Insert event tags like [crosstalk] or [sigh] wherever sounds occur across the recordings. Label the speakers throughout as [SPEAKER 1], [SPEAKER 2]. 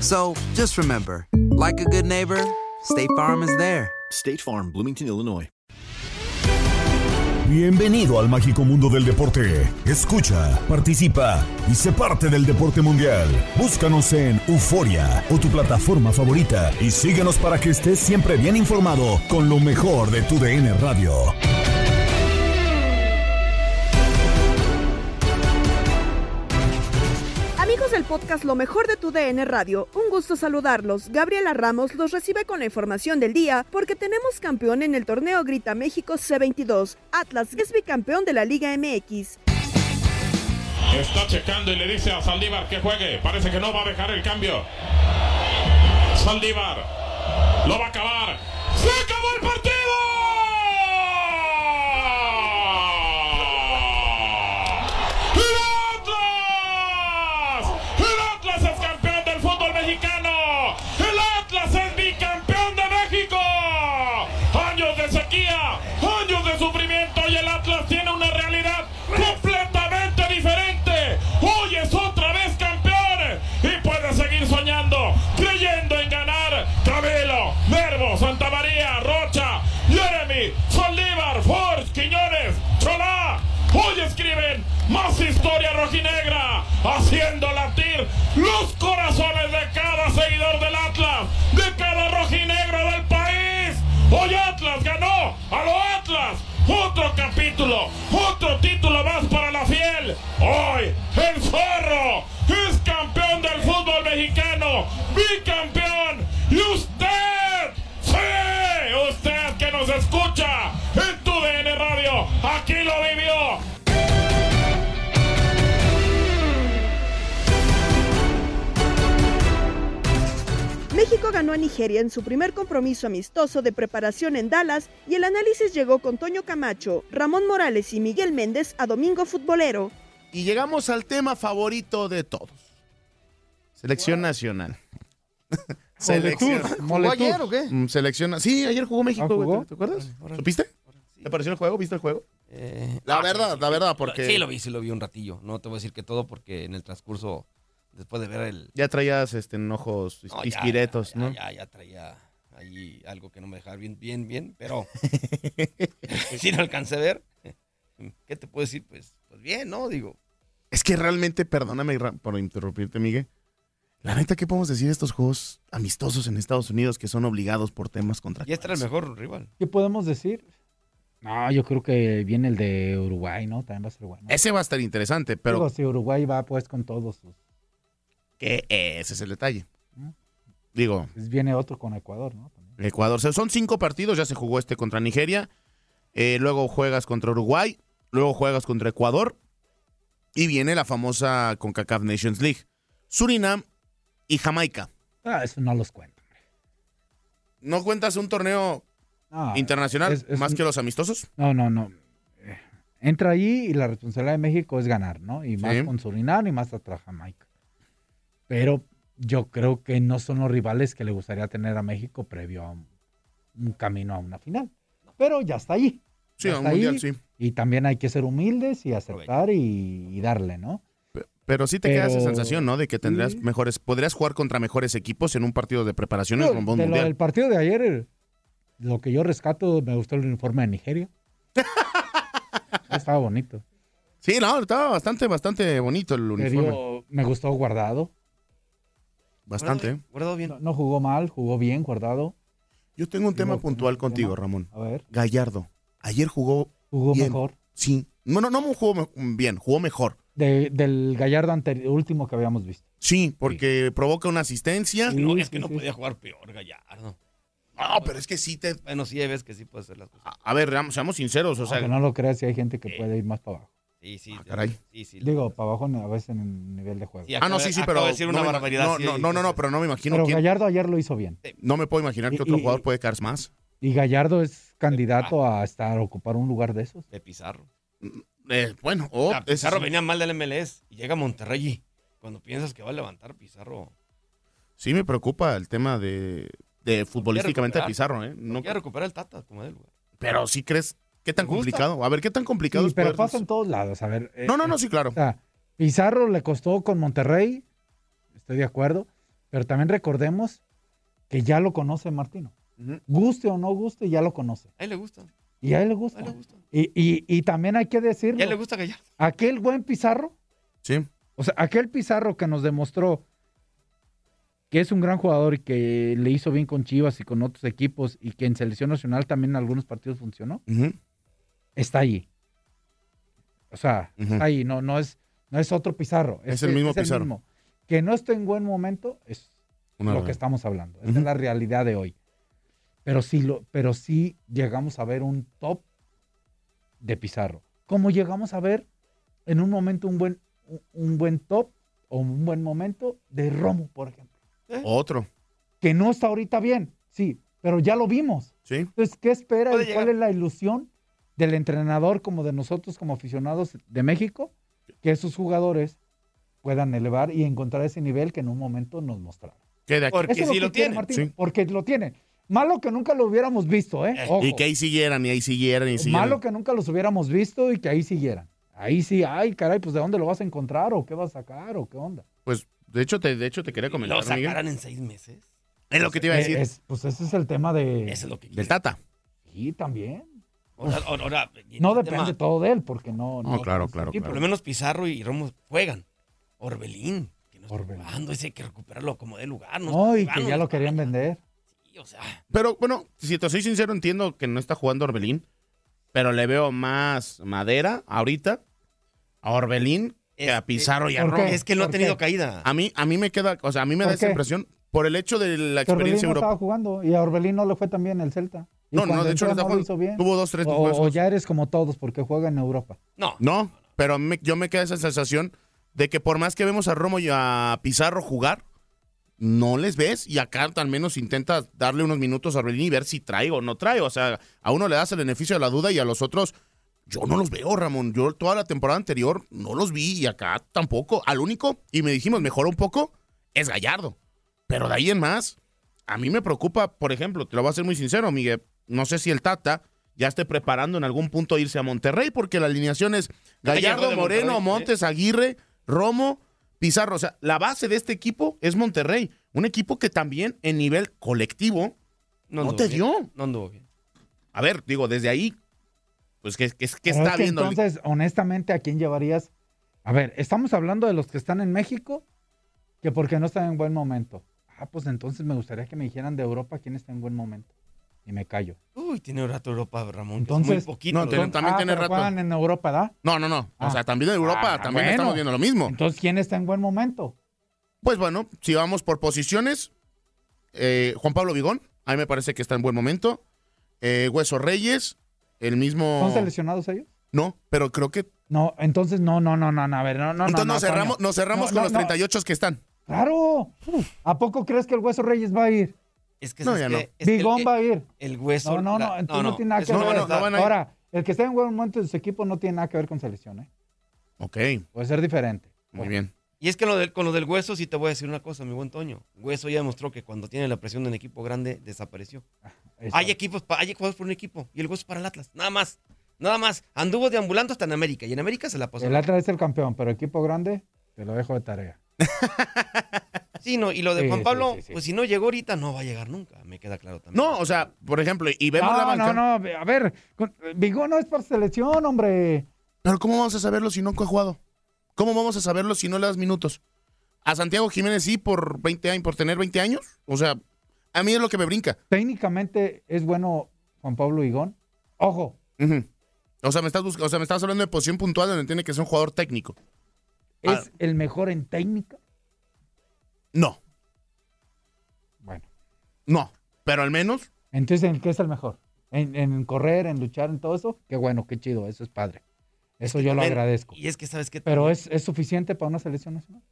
[SPEAKER 1] So just remember, like a good neighbor, State Farm is there.
[SPEAKER 2] State Farm, Bloomington, Illinois.
[SPEAKER 3] Bienvenido al mágico mundo del deporte. Escucha, participa y sé parte del deporte mundial. Búscanos en Euforia o tu plataforma favorita y síguenos para que estés siempre bien informado con lo mejor de tu DN Radio.
[SPEAKER 4] Amigos del podcast Lo mejor de tu DN Radio, un gusto saludarlos. Gabriela Ramos los recibe con la información del día porque tenemos campeón en el torneo Grita México C22. Atlas es bicampeón de la Liga MX.
[SPEAKER 5] Está checando y le dice a Saldívar que juegue. Parece que no va a dejar el cambio. Saldívar lo va a acabar. ¡Se acabó el partido! ¡El Atlas! ¡El Atlas es campeón del fútbol mexicano! ¡El Atlas es bicampeón de México! Años de sequía, años de sufrimiento y el Atlas tiene una realidad completamente diferente. Hoy es otra vez campeón y puede seguir soñando, creyendo en ganar. Cabelo, Nervo, Santa María, Rocha, Jeremy, Saldívar, Forge, Quiñones, Cholá. Hoy escriben más historia rojinegra, haciendo latir los corazones de cada seguidor del Atlas, de cada rojinegro del país. Hoy Atlas ganó a lo Atlas. Otro capítulo, otro título más para la fiel. Hoy el zorro es campeón del fútbol mexicano, bicampeón. Y usted, sí, usted que nos escucha en tu DN Radio, aquí lo vivió.
[SPEAKER 4] México ganó a Nigeria en su primer compromiso amistoso de preparación en Dallas y el análisis llegó con Toño Camacho, Ramón Morales y Miguel Méndez a Domingo Futbolero.
[SPEAKER 6] Y llegamos al tema favorito de todos. Selección nacional. Selección. ¿Jugó ayer o qué? Mm, Selección. na- Sí, ayer jugó México, güey, ¿te- ¿te acuerdas? ¿Supiste? ¿Te pareció el juego? ¿Viste el juego? la verdad, la verdad, porque
[SPEAKER 7] Sí, lo vi, sí lo vi un ratillo. No te voy a decir que todo porque en el transcurso, después de ver el...
[SPEAKER 6] ya traías este, ojos
[SPEAKER 7] No, ya,
[SPEAKER 6] isquiretos,
[SPEAKER 7] ya,
[SPEAKER 6] ¿no?
[SPEAKER 7] Ya, ya traía ahí algo que no me dejaba bien, bien, bien,
[SPEAKER 6] [laughs]
[SPEAKER 7] pero sí lo alcancé a ver. ¿Qué te puedo decir? Pues, pues bien, ¿no? Digo,
[SPEAKER 6] Es que realmente, perdóname Ra- por interrumpirte, Miguel. La neta, ¿qué podemos decir de estos juegos amistosos en Estados Unidos que son obligados por temas contra
[SPEAKER 7] y este era el mejor rival.
[SPEAKER 8] ¿Qué podemos decir? No, yo creo que viene el de Uruguay, ¿no? También va a ser bueno.
[SPEAKER 6] Ese va a estar interesante, pero
[SPEAKER 8] Digo, si Uruguay va pues con todos sus...
[SPEAKER 6] que ese es el detalle. Digo,
[SPEAKER 5] ¿Mm?
[SPEAKER 8] Viene otro con Ecuador, ¿no? También.
[SPEAKER 6] Ecuador. O sea, son cinco partidos, ya se jugó este contra Nigeria, eh, luego juegas contra Uruguay, luego juegas contra Ecuador y viene la famosa CONCACAF Nations League. Surinam y Jamaica.
[SPEAKER 5] Ah, eso no los cuento.
[SPEAKER 6] ¿No cuentas un torneo
[SPEAKER 5] No,
[SPEAKER 6] internacional
[SPEAKER 5] es- es
[SPEAKER 6] más
[SPEAKER 5] un-
[SPEAKER 6] que los amistosos?
[SPEAKER 5] No, no, no. Eh, Entra ahí y la responsabilidad de México es ganar, ¿no? Y más
[SPEAKER 6] Sí.
[SPEAKER 5] con Surinam y más atrás Jamaica. Pero yo creo que no son los rivales que le gustaría tener a México previo a un, un camino a una final. Pero ya está ahí.
[SPEAKER 6] Sí,
[SPEAKER 5] Ya
[SPEAKER 6] a un
[SPEAKER 5] está ahí.
[SPEAKER 6] mundial, sí.
[SPEAKER 5] Y también hay que ser humildes y aceptar y, y darle, ¿no?
[SPEAKER 6] Pero Pues sí te
[SPEAKER 5] Pero-
[SPEAKER 6] queda esa sensación, ¿no? De que tendrías mejores, podrías jugar contra mejores equipos en un partido de preparaciones
[SPEAKER 5] Yo,
[SPEAKER 6] rumbo a un
[SPEAKER 5] de lo
[SPEAKER 6] mundial.
[SPEAKER 5] del partido de ayer, lo que yo rescato, me gustó el uniforme
[SPEAKER 6] [laughs]
[SPEAKER 5] de Nigeria. Estaba bonito.
[SPEAKER 6] Sí, no, estaba bastante, bastante bonito el
[SPEAKER 5] Me
[SPEAKER 6] uniforme.
[SPEAKER 5] dio- me gustó guardado.
[SPEAKER 6] Bastante. ¿eh?
[SPEAKER 5] bien. No, no jugó mal, jugó bien, guardado.
[SPEAKER 6] Yo tengo un tema puntual contigo, Ramón.
[SPEAKER 5] A ver.
[SPEAKER 6] Gallardo. Ayer jugó.
[SPEAKER 5] Jugó mejor.
[SPEAKER 6] Sí. No, no, no jugó me- bien, jugó mejor.
[SPEAKER 5] De- del Gallardo anteri- último que habíamos visto.
[SPEAKER 6] Sí, porque provoca una asistencia.
[SPEAKER 7] No, es que no podía jugar peor Gallardo.
[SPEAKER 6] No, pero es que sí te...
[SPEAKER 7] Bueno, sí, hay veces que sí puede hacer las cosas.
[SPEAKER 6] A ver, seamos- seamos sinceros, o sea.
[SPEAKER 5] Aunque no lo creas, si hay gente que puede ir más para abajo.
[SPEAKER 7] Sí, sí.
[SPEAKER 6] Ah, caray.
[SPEAKER 7] Sí, sí.
[SPEAKER 5] Digo, para abajo a veces en el nivel de juego.
[SPEAKER 6] ah, no, sí, sí, pero.
[SPEAKER 7] acabo de decir
[SPEAKER 6] no
[SPEAKER 7] una
[SPEAKER 6] me ima-
[SPEAKER 7] barbaridad,
[SPEAKER 6] No,
[SPEAKER 7] sí,
[SPEAKER 6] no, no, no, no, pero no me imagino
[SPEAKER 5] Pero
[SPEAKER 6] quién-
[SPEAKER 5] Gallardo ayer lo hizo bien.
[SPEAKER 6] No me puedo imaginar que otro
[SPEAKER 5] Y- y-
[SPEAKER 6] jugador puede caer más.
[SPEAKER 5] Y Gallardo es candidato a estar a ocupar un lugar de esos.
[SPEAKER 7] Ah. De Pizarro.
[SPEAKER 6] Eh, bueno,
[SPEAKER 7] O
[SPEAKER 6] o
[SPEAKER 7] sea, Pizarro venía mal del MLS y llega a Monterrey. y Cuando piensas que va a levantar Pizarro.
[SPEAKER 6] Sí me preocupa el tema de, de futbolísticamente de
[SPEAKER 7] recuperar.
[SPEAKER 6] Pizarro, ¿eh? No-
[SPEAKER 7] Quiere recuperar el Tata como del lugar.
[SPEAKER 6] pero sí crees, ¿qué tan
[SPEAKER 7] Me gusta.
[SPEAKER 6] complicado? A ver, ¿qué tan complicado
[SPEAKER 5] Sí,
[SPEAKER 6] es
[SPEAKER 5] pero
[SPEAKER 6] poder- pues
[SPEAKER 5] pasa en todos lados. A ver. eh,
[SPEAKER 6] No, no, no, sí, claro.
[SPEAKER 5] O sea, Pizarro le costó con Monterrey. Estoy de acuerdo. Pero también recordemos que ya lo conoce Martino. Guste o no guste, ya lo conoce.
[SPEAKER 7] A él le gusta.
[SPEAKER 5] Y a él le gusta. Y, y- y también hay que decirlo.
[SPEAKER 7] Y a él le gusta Gallardo.
[SPEAKER 5] Aquel buen Pizarro.
[SPEAKER 6] Sí.
[SPEAKER 5] O sea, aquel Pizarro que nos demostró que es un gran jugador y que le hizo bien con Chivas y con otros equipos y que en selección nacional también en algunos partidos funcionó,
[SPEAKER 6] Ujú.
[SPEAKER 5] está allí. O sea,
[SPEAKER 6] Ujú.
[SPEAKER 5] está ahí, no, no, es, no es otro Pizarro.
[SPEAKER 6] Es el mismo Pizarro.
[SPEAKER 5] Que no esté en buen momento es
[SPEAKER 6] Una
[SPEAKER 5] lo
[SPEAKER 6] realidad.
[SPEAKER 5] que estamos hablando. Esa
[SPEAKER 6] Ujú.
[SPEAKER 5] es la realidad de hoy. Pero sí, lo, pero sí llegamos a ver un top de Pizarro. Como llegamos a ver en un momento un buen, un- un buen top o un buen momento de Romo, por ejemplo.
[SPEAKER 7] Eh,
[SPEAKER 6] Otro.
[SPEAKER 5] Que no está ahorita bien, sí, pero ya lo vimos.
[SPEAKER 6] Sí.
[SPEAKER 5] Entonces, ¿qué espera y cuál es la ilusión del entrenador como de nosotros como aficionados de México? Que esos jugadores puedan elevar y encontrar ese nivel que en un momento nos mostraron.
[SPEAKER 6] Que de aquí-
[SPEAKER 5] Eso es que quiere Martino,
[SPEAKER 6] Sí.
[SPEAKER 5] Porque lo tienen. Malo que nunca lo hubiéramos visto, ¿eh? Ojo.
[SPEAKER 6] Y que ahí siguieran, y ahí siguieran, y siguieran.
[SPEAKER 5] Malo que nunca los hubiéramos visto y que ahí siguieran. Ahí sí, ay, caray, pues ¿de dónde lo vas a encontrar? ¿O qué vas a sacar? ¿O qué onda?
[SPEAKER 6] Pues, de hecho, te, de hecho, te quería comentar,
[SPEAKER 7] Lo
[SPEAKER 6] Miguel.
[SPEAKER 7] sacaran en seis meses.
[SPEAKER 6] Es lo que te iba a
[SPEAKER 5] Eh,
[SPEAKER 6] decir.
[SPEAKER 5] es- pues ese es el tema de...
[SPEAKER 7] Eso es lo que
[SPEAKER 6] Del Tata.
[SPEAKER 5] Sí, también.
[SPEAKER 7] Ahora, ahora- ahora,
[SPEAKER 5] No
[SPEAKER 7] el
[SPEAKER 5] depende
[SPEAKER 7] tema-
[SPEAKER 5] todo de él, porque no...
[SPEAKER 6] No, claro, claro,
[SPEAKER 7] Sí,
[SPEAKER 6] claro.
[SPEAKER 7] por lo menos Pizarro y Romo juegan. Orbelín, que no está jugando, ese hay que recuperarlo como de lugar. No,
[SPEAKER 5] No,
[SPEAKER 7] está
[SPEAKER 5] y que
[SPEAKER 7] jugando,
[SPEAKER 5] ya
[SPEAKER 7] no
[SPEAKER 5] lo
[SPEAKER 7] está
[SPEAKER 5] querían vender.
[SPEAKER 6] Pero bueno, si te soy sincero, entiendo que no está jugando Orbelín, pero le veo más madera ahorita a Orbelín que a Pizarro y a
[SPEAKER 7] ¿Por
[SPEAKER 6] Romo.
[SPEAKER 7] qué? Es que no ha ¿Por tenido qué? caída.
[SPEAKER 6] A mí, a mí me queda, o sea, a mí me da
[SPEAKER 5] ¿Por
[SPEAKER 6] esa
[SPEAKER 5] qué?
[SPEAKER 6] impresión por el hecho de la
[SPEAKER 5] Que Orbelín
[SPEAKER 6] experiencia
[SPEAKER 5] no
[SPEAKER 6] europea.
[SPEAKER 5] estaba jugando y a Orbelín no le fue tan bien el Celta. Y
[SPEAKER 6] No, no,
[SPEAKER 5] cuando
[SPEAKER 6] de hecho no
[SPEAKER 5] entró
[SPEAKER 6] está
[SPEAKER 5] lo
[SPEAKER 6] jugando.
[SPEAKER 5] hizo bien.
[SPEAKER 6] Tuvo dos, tres
[SPEAKER 5] o,
[SPEAKER 6] buenos
[SPEAKER 5] o ya eres como todos porque juega en Europa.
[SPEAKER 7] No.
[SPEAKER 6] No, pero a mí me- yo me queda esa sensación de que por más que vemos a Romo y a Pizarro jugar, no les ves y acá al menos intentas darle unos minutos a Orbelín y ver si trae o no trae. O sea, a uno le das el beneficio de la duda y a los otros yo no los veo, Ramón. Yo toda la temporada anterior no los vi y acá tampoco. Al único, y me dijimos, mejora un poco, es Gallardo. Pero de ahí en más, a mí me preocupa, por ejemplo, te lo voy a ser muy sincero, Miguel, no sé si el Tata ya esté preparando en algún punto irse a Monterrey, porque la alineación es
[SPEAKER 7] Gallardo
[SPEAKER 6] Gallardo,
[SPEAKER 7] de
[SPEAKER 6] Moreno,
[SPEAKER 7] Monterrey, ¿eh?
[SPEAKER 6] Montes, Aguirre, Romo, Pizarro. O sea, la base de este equipo es Monterrey. Un equipo que también en nivel colectivo no,
[SPEAKER 7] anduvo
[SPEAKER 6] te
[SPEAKER 7] bien,
[SPEAKER 6] dio.
[SPEAKER 7] No anduvo bien.
[SPEAKER 6] A ver, digo, desde ahí, pues que, que, que
[SPEAKER 5] Pero
[SPEAKER 6] está
[SPEAKER 5] es que
[SPEAKER 6] viendo. el-
[SPEAKER 5] Entonces, honestamente, ¿a quién llevarías? A ver, estamos hablando de los que están en México, que porque no están en buen momento. Ah, pues entonces me gustaría que me dijeran de Europa quién está en buen momento. Y me callo.
[SPEAKER 7] Uy, tiene rato Europa, Ramón. Entonces, muy
[SPEAKER 5] Entonces,
[SPEAKER 7] poquito.
[SPEAKER 6] No, tiene- también
[SPEAKER 5] ah,
[SPEAKER 6] tiene
[SPEAKER 5] pero
[SPEAKER 6] rato.
[SPEAKER 5] juegan en Europa, ¿da?
[SPEAKER 6] No, no, no.
[SPEAKER 5] Ah.
[SPEAKER 6] O sea, también en Europa
[SPEAKER 5] Ah,
[SPEAKER 6] también
[SPEAKER 5] bueno.
[SPEAKER 6] estamos viendo lo mismo.
[SPEAKER 5] Entonces, ¿quién está en buen momento?
[SPEAKER 6] Pues bueno, si vamos por posiciones, eh, Juan Pablo Vigón A mí me parece que está en buen momento. Eh, Hueso Reyes, el mismo.
[SPEAKER 8] ¿Están seleccionados ellos?
[SPEAKER 6] No, pero creo que.
[SPEAKER 8] No, entonces no, no, no, no, no, a ver, no, no.
[SPEAKER 6] Entonces
[SPEAKER 8] no,
[SPEAKER 6] nos,
[SPEAKER 8] no,
[SPEAKER 6] cerramos,
[SPEAKER 8] Toño.
[SPEAKER 6] nos cerramos
[SPEAKER 8] No,
[SPEAKER 6] con
[SPEAKER 8] no,
[SPEAKER 6] los
[SPEAKER 8] no.
[SPEAKER 6] 38 que están.
[SPEAKER 8] ¡Claro! ¿A poco crees que el Hueso Reyes va a ir?
[SPEAKER 7] Es que
[SPEAKER 6] No, ya
[SPEAKER 7] ¿sabes qué?
[SPEAKER 6] no.
[SPEAKER 7] Es que el-
[SPEAKER 8] Bigón
[SPEAKER 7] el-
[SPEAKER 8] va a ir.
[SPEAKER 7] El hueso.
[SPEAKER 8] No, no,
[SPEAKER 7] la-
[SPEAKER 8] no, entonces no, tiene nada que
[SPEAKER 7] eso
[SPEAKER 8] ver.
[SPEAKER 7] va a estar.
[SPEAKER 6] van a ir.
[SPEAKER 8] Ahora, el que esté en buen momento de su equipo no tiene nada que ver con selección, ¿eh?
[SPEAKER 6] Ok,
[SPEAKER 8] Puede ser diferente.
[SPEAKER 6] muy bien.
[SPEAKER 7] Y es que lo del- con lo del hueso sí te voy a decir una cosa, mi buen Toño. Hueso ya demostró que cuando tiene la presión de un equipo grande, desapareció.
[SPEAKER 8] Exacto.
[SPEAKER 7] Hay equipos, pa- hay jugadores por un equipo y el hueso para el Atlas. Nada más. Nada más. Anduvo deambulando hasta en América y en América se la pasó.
[SPEAKER 8] El Atlas es el campeón, pero equipo grande, te lo dejo de tarea.
[SPEAKER 7] [laughs] Sí, no, y lo de
[SPEAKER 8] Sí,
[SPEAKER 7] Juan
[SPEAKER 8] sí,
[SPEAKER 7] Pablo,
[SPEAKER 8] sí, sí.
[SPEAKER 7] pues si no llegó ahorita, no va a llegar nunca. Me queda claro también.
[SPEAKER 6] No, o sea, por ejemplo, y vemos la
[SPEAKER 8] No,
[SPEAKER 6] banca.
[SPEAKER 8] no, no, a ver, con- Bigón no es para selección, hombre.
[SPEAKER 6] Pero ¿cómo vamos a saberlo si nunca ha jugado? ¿Cómo vamos a saberlo si no le das minutos? A Santiago Jiménez sí por 20 años, por tener 20 años. O sea, a mí es lo que me brinca.
[SPEAKER 8] Técnicamente es bueno Juan Pablo Bigón. Ojo,
[SPEAKER 6] Ujú. O sea, me estás buscando, o sea, me estás hablando de posición puntual donde tiene que ser un jugador técnico. Ah.
[SPEAKER 8] es el mejor en técnica.
[SPEAKER 6] No,
[SPEAKER 8] Bueno,
[SPEAKER 6] no. Pero al menos,
[SPEAKER 8] entonces, ¿en qué es el mejor? En, en correr, en luchar, en todo eso. Qué bueno, qué chido, eso es padre. Eso yo lo
[SPEAKER 7] También-
[SPEAKER 8] agradezco.
[SPEAKER 7] Y es que sabes que.
[SPEAKER 8] Pero es, es suficiente para una selección nacional.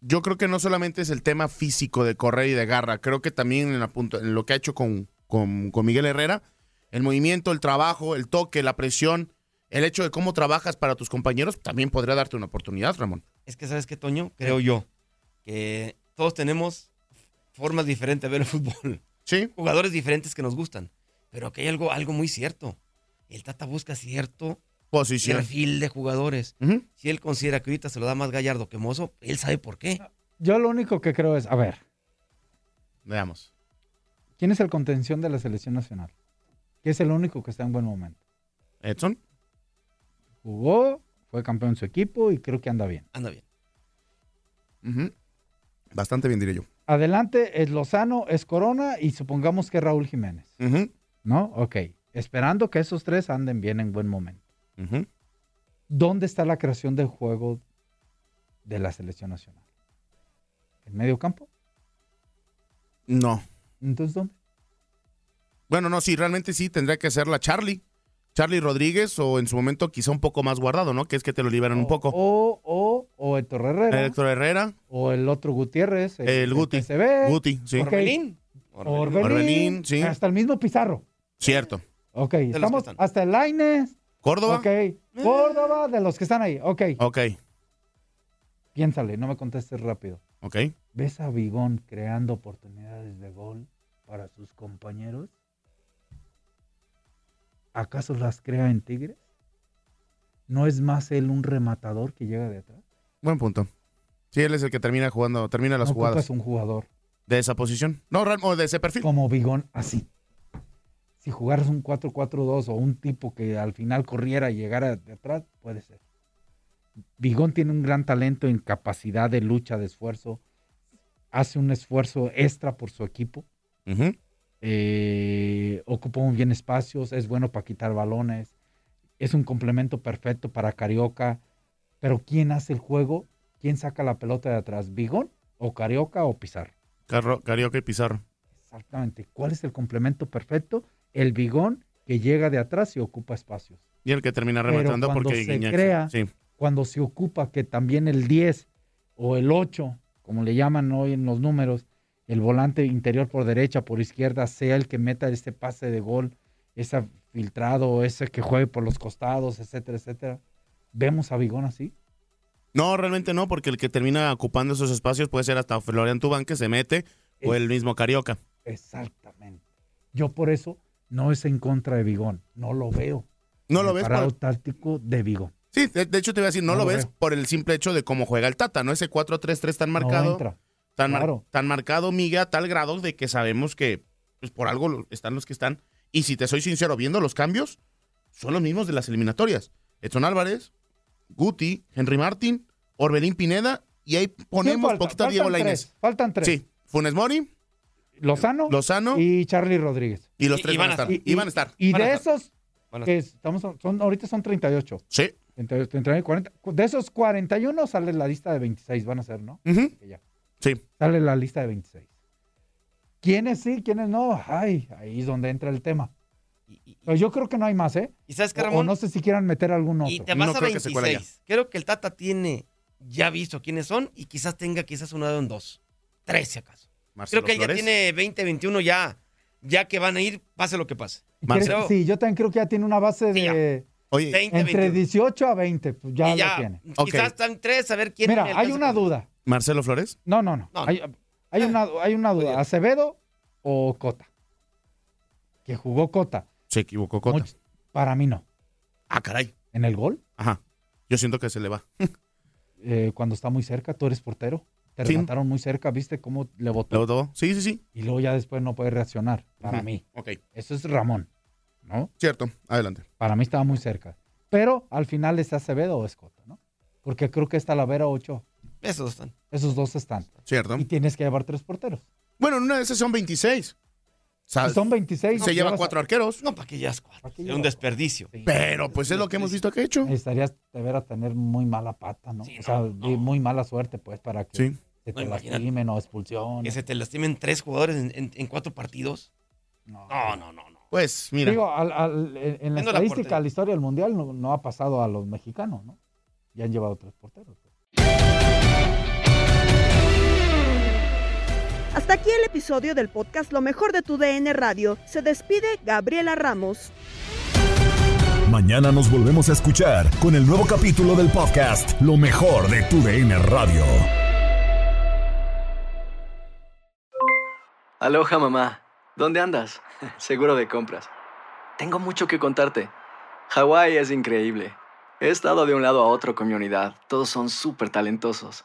[SPEAKER 6] yo creo que no solamente es el tema físico de correr y de garra. Creo que también en, la punta- en lo que ha hecho con, con- con Miguel Herrera, el movimiento, el trabajo, el toque, la presión, el hecho de cómo trabajas para tus compañeros, también podría darte una oportunidad, Ramón.
[SPEAKER 7] Es que sabes que, Toño, creo yo que todos tenemos formas diferentes de ver el fútbol. [laughs]
[SPEAKER 6] Sí.
[SPEAKER 7] Jugadores diferentes que nos gustan. Pero que hay algo, algo muy cierto. El Tata busca cierto
[SPEAKER 6] Posición.
[SPEAKER 7] perfil de jugadores.
[SPEAKER 6] Ujú.
[SPEAKER 7] Si él considera que ahorita se lo da más Gallardo que Mozo, él sabe por qué.
[SPEAKER 8] Ah. Yo lo único que creo es, a ver,
[SPEAKER 6] Veamos.
[SPEAKER 8] ¿quién es el contención de la selección nacional? Que es el único que está en buen momento.
[SPEAKER 6] Edson.
[SPEAKER 8] Jugó, fue campeón en su equipo y creo que anda bien.
[SPEAKER 7] Anda bien.
[SPEAKER 6] Ujú. Bastante bien, diré yo.
[SPEAKER 8] Adelante es Lozano, es Corona y supongamos que Raúl Jiménez,
[SPEAKER 6] Ujú,
[SPEAKER 8] ¿no? Ok. Esperando que esos tres anden bien en buen momento.
[SPEAKER 6] ujú.
[SPEAKER 8] ¿Dónde está la creación del juego de la selección nacional? ¿En medio campo?
[SPEAKER 6] No.
[SPEAKER 8] Entonces, ¿dónde?
[SPEAKER 6] Bueno, no, sí, realmente sí tendría que ser la Charlie. Charlie Rodríguez o en su momento quizá un poco más guardado, ¿no? Que es que te lo liberan un poco.
[SPEAKER 8] O, o, o Héctor Herrera.
[SPEAKER 6] Héctor Herrera,
[SPEAKER 8] O el otro Gutiérrez.
[SPEAKER 6] El Guti.
[SPEAKER 8] Se ve.
[SPEAKER 6] Guti, sí.
[SPEAKER 8] Ok.
[SPEAKER 7] Orbelín.
[SPEAKER 8] Orbelín.
[SPEAKER 6] Orbelín, sí.
[SPEAKER 8] Hasta el mismo Pizarro.
[SPEAKER 6] Cierto.
[SPEAKER 8] Ok,
[SPEAKER 7] los
[SPEAKER 8] estamos
[SPEAKER 7] que están.
[SPEAKER 8] hasta el Aines.
[SPEAKER 6] Córdoba.
[SPEAKER 8] Ok. Córdoba, de los que están ahí. Ok,
[SPEAKER 6] Ok,
[SPEAKER 8] piénsale, no me contestes rápido.
[SPEAKER 6] ok.
[SPEAKER 8] ¿Ves a Bigón creando oportunidades de gol para sus compañeros? ¿Acaso las crea en Tigres? ¿No es más él un rematador que llega de atrás?
[SPEAKER 6] Buen punto. Sí, él es el que termina jugando, termina las
[SPEAKER 8] no
[SPEAKER 6] jugadas
[SPEAKER 8] ocupas un jugador
[SPEAKER 6] de esa posición. No, real- o de ese perfil.
[SPEAKER 8] como Bigón así. Si jugaras un 4-4-2 o un tipo que al final corriera y llegara de atrás, puede ser. Bigón tiene un gran talento en capacidad de lucha, de esfuerzo. Hace un esfuerzo extra por su equipo.
[SPEAKER 6] Ujú.
[SPEAKER 8] eh, ocupa muy bien espacios, es bueno para quitar balones, es un complemento perfecto para Carioca, pero ¿quién hace el juego? ¿Quién saca la pelota de atrás? ¿Bigón o Carioca o Pizarro?
[SPEAKER 6] Carro- Carioca y Pizarro.
[SPEAKER 8] Exactamente, ¿cuál es el complemento perfecto? El Bigón que llega de atrás y ocupa espacios.
[SPEAKER 6] Y el que termina
[SPEAKER 8] Pero
[SPEAKER 6] rematando
[SPEAKER 8] cuando
[SPEAKER 6] porque
[SPEAKER 8] se
[SPEAKER 6] Guiñac-
[SPEAKER 8] crea-
[SPEAKER 6] Sí.
[SPEAKER 8] Cuando se ocupa que también el 10 o el 8, como le llaman hoy en los números, el volante interior por derecha, por izquierda, sea el que meta este pase de gol, ese filtrado, ese que juegue por los costados, etcétera, etcétera. Vemos a Bigón así.
[SPEAKER 6] No, realmente no, porque el que termina ocupando esos espacios puede ser hasta Florian Tubán que se mete o el mismo Carioca.
[SPEAKER 8] Exactamente. Yo por eso no es en contra de Bigón, no lo veo.
[SPEAKER 6] ¿No lo ves?
[SPEAKER 8] Preparado
[SPEAKER 6] por-
[SPEAKER 8] táctico de Bigón.
[SPEAKER 6] Sí, de, de hecho te iba a decir, no,
[SPEAKER 8] No
[SPEAKER 6] lo
[SPEAKER 8] lo
[SPEAKER 6] ves
[SPEAKER 8] veo.
[SPEAKER 6] por el simple hecho de cómo juega el Tata, ¿no? Ese 4-3-3 tan
[SPEAKER 8] No
[SPEAKER 6] marcado,
[SPEAKER 8] entra.
[SPEAKER 6] tan, mar-
[SPEAKER 8] claro.
[SPEAKER 6] tan marcado, Miguel, a tal grado de que sabemos que pues, por algo lo- están los que están. Y si te soy sincero, viendo los cambios, son los mismos de las eliminatorias. Edson Álvarez, Guti, Henry Martín, Orbelín Pineda, y ahí ponemos
[SPEAKER 8] ¿Quién falta?
[SPEAKER 6] poquito a
[SPEAKER 8] Faltan
[SPEAKER 6] Diego
[SPEAKER 8] tres,
[SPEAKER 6] Lainez.
[SPEAKER 8] Faltan tres.
[SPEAKER 6] Sí, Funes Mori,
[SPEAKER 8] Lozano,
[SPEAKER 6] Lozano y,
[SPEAKER 8] y Charlie Rodríguez.
[SPEAKER 6] los
[SPEAKER 7] Y-
[SPEAKER 6] tres
[SPEAKER 7] y
[SPEAKER 6] van a
[SPEAKER 7] van a-
[SPEAKER 6] estar. Y, van a estar.
[SPEAKER 8] Y
[SPEAKER 7] Van a
[SPEAKER 8] de
[SPEAKER 7] estar.
[SPEAKER 8] esos,
[SPEAKER 7] Van a-
[SPEAKER 8] que estamos, son, ahorita son 38.
[SPEAKER 6] Sí.
[SPEAKER 8] 38, 39, 40. De esos 41 sale la lista de 26, van a ser, ¿no?
[SPEAKER 6] Ujú.
[SPEAKER 8] Que ya.
[SPEAKER 6] Sí.
[SPEAKER 8] Sale la lista de 26.
[SPEAKER 5] ¿Quiénes sí, quiénes no? Ay, ahí es donde entra el tema. Pero yo creo que no hay más, ¿eh?
[SPEAKER 7] ¿Y sabes qué,
[SPEAKER 5] O- O
[SPEAKER 7] Ramón?
[SPEAKER 5] no sé si quieran meter algún otro.
[SPEAKER 7] Y te vas a 26. Creo que el Tata tiene ya visto quiénes son y quizás tenga quizás un dado en dos. Tres, si acaso.
[SPEAKER 8] Marcelo
[SPEAKER 5] Pues,
[SPEAKER 7] Creo que él
[SPEAKER 8] Flores.
[SPEAKER 7] ya tiene 20, 21 ya, ya que van a ir, pase lo que pase.
[SPEAKER 5] Creo-
[SPEAKER 7] Creo-
[SPEAKER 5] sí, yo también creo que ya tiene una base de
[SPEAKER 7] Oye, 20,
[SPEAKER 5] entre
[SPEAKER 7] 21.
[SPEAKER 5] 18 a 20, pues ya,
[SPEAKER 7] y
[SPEAKER 5] lo
[SPEAKER 7] ya,
[SPEAKER 5] tiene.
[SPEAKER 7] Quizás están tres, a ver quién
[SPEAKER 5] Mira,
[SPEAKER 7] le
[SPEAKER 5] hay
[SPEAKER 7] alcanza.
[SPEAKER 5] una duda.
[SPEAKER 8] ¿Marcelo Flores?
[SPEAKER 5] No, no, no.
[SPEAKER 7] No, no.
[SPEAKER 5] Hay, hay una, hay una duda. ¿Acevedo o Cota? Que jugó Cota.
[SPEAKER 8] Se equivocó Cota.
[SPEAKER 5] Much- Para mí no.
[SPEAKER 8] Ah, caray.
[SPEAKER 5] ¿En el gol?
[SPEAKER 8] Ajá. Yo siento que se le va.
[SPEAKER 5] Eh, cuando está muy cerca, tú eres portero. Te
[SPEAKER 8] Sí.
[SPEAKER 5] remataron muy cerca, ¿viste cómo le botó?
[SPEAKER 8] ¿Le botó? Sí, sí, sí.
[SPEAKER 5] Y luego ya después no puede reaccionar, para
[SPEAKER 8] Ujú.
[SPEAKER 5] mí.
[SPEAKER 8] Ok.
[SPEAKER 5] Eso es Ramón, ¿no?
[SPEAKER 8] Cierto. Adelante.
[SPEAKER 5] Para mí estaba muy cerca. Pero al final es Acevedo o Escota, ¿no? Porque creo que es Talavera 8.
[SPEAKER 7] Esos dos están.
[SPEAKER 5] Esos dos están.
[SPEAKER 8] Cierto.
[SPEAKER 5] Y tienes que llevar tres porteros.
[SPEAKER 8] Bueno, en una de esas son 26.
[SPEAKER 5] Si son 26.
[SPEAKER 8] Se lleva cuatro arqueros.
[SPEAKER 7] No, para que ya es cuatro.
[SPEAKER 5] qué
[SPEAKER 7] Era un desperdicio.
[SPEAKER 8] Pero pues es lo que hemos visto que ha hecho.
[SPEAKER 5] Estarías de ver a tener muy mala pata, Ah, ¿no? o sea, de- muy mala suerte, pues, para que
[SPEAKER 8] Sí.
[SPEAKER 5] se
[SPEAKER 7] No,
[SPEAKER 5] te
[SPEAKER 7] imagínate.
[SPEAKER 5] lastimen o expulsión.
[SPEAKER 7] Que se te lastimen tres jugadores en, en- en cuatro partidos. No, no, no. no.
[SPEAKER 8] Pues, mira.
[SPEAKER 5] Digo, al- al- en, en la
[SPEAKER 7] Viendo la
[SPEAKER 5] estadística,
[SPEAKER 7] portería.
[SPEAKER 5] la historia del mundial no, no ha pasado a los mexicanos, ¿no? Ya han llevado tres porteros.
[SPEAKER 4] Hasta aquí el episodio del podcast Lo mejor de tu DN Radio. Se despide Gabriela Ramos.
[SPEAKER 3] Mañana nos volvemos a escuchar con el nuevo capítulo del podcast Lo mejor de tu DN Radio.
[SPEAKER 9] Aloha mamá, ¿dónde andas? [laughs] Seguro de compras. Tengo mucho que contarte. Hawái es increíble. He estado de un lado a otro con mi unidad. Todos son súper talentosos.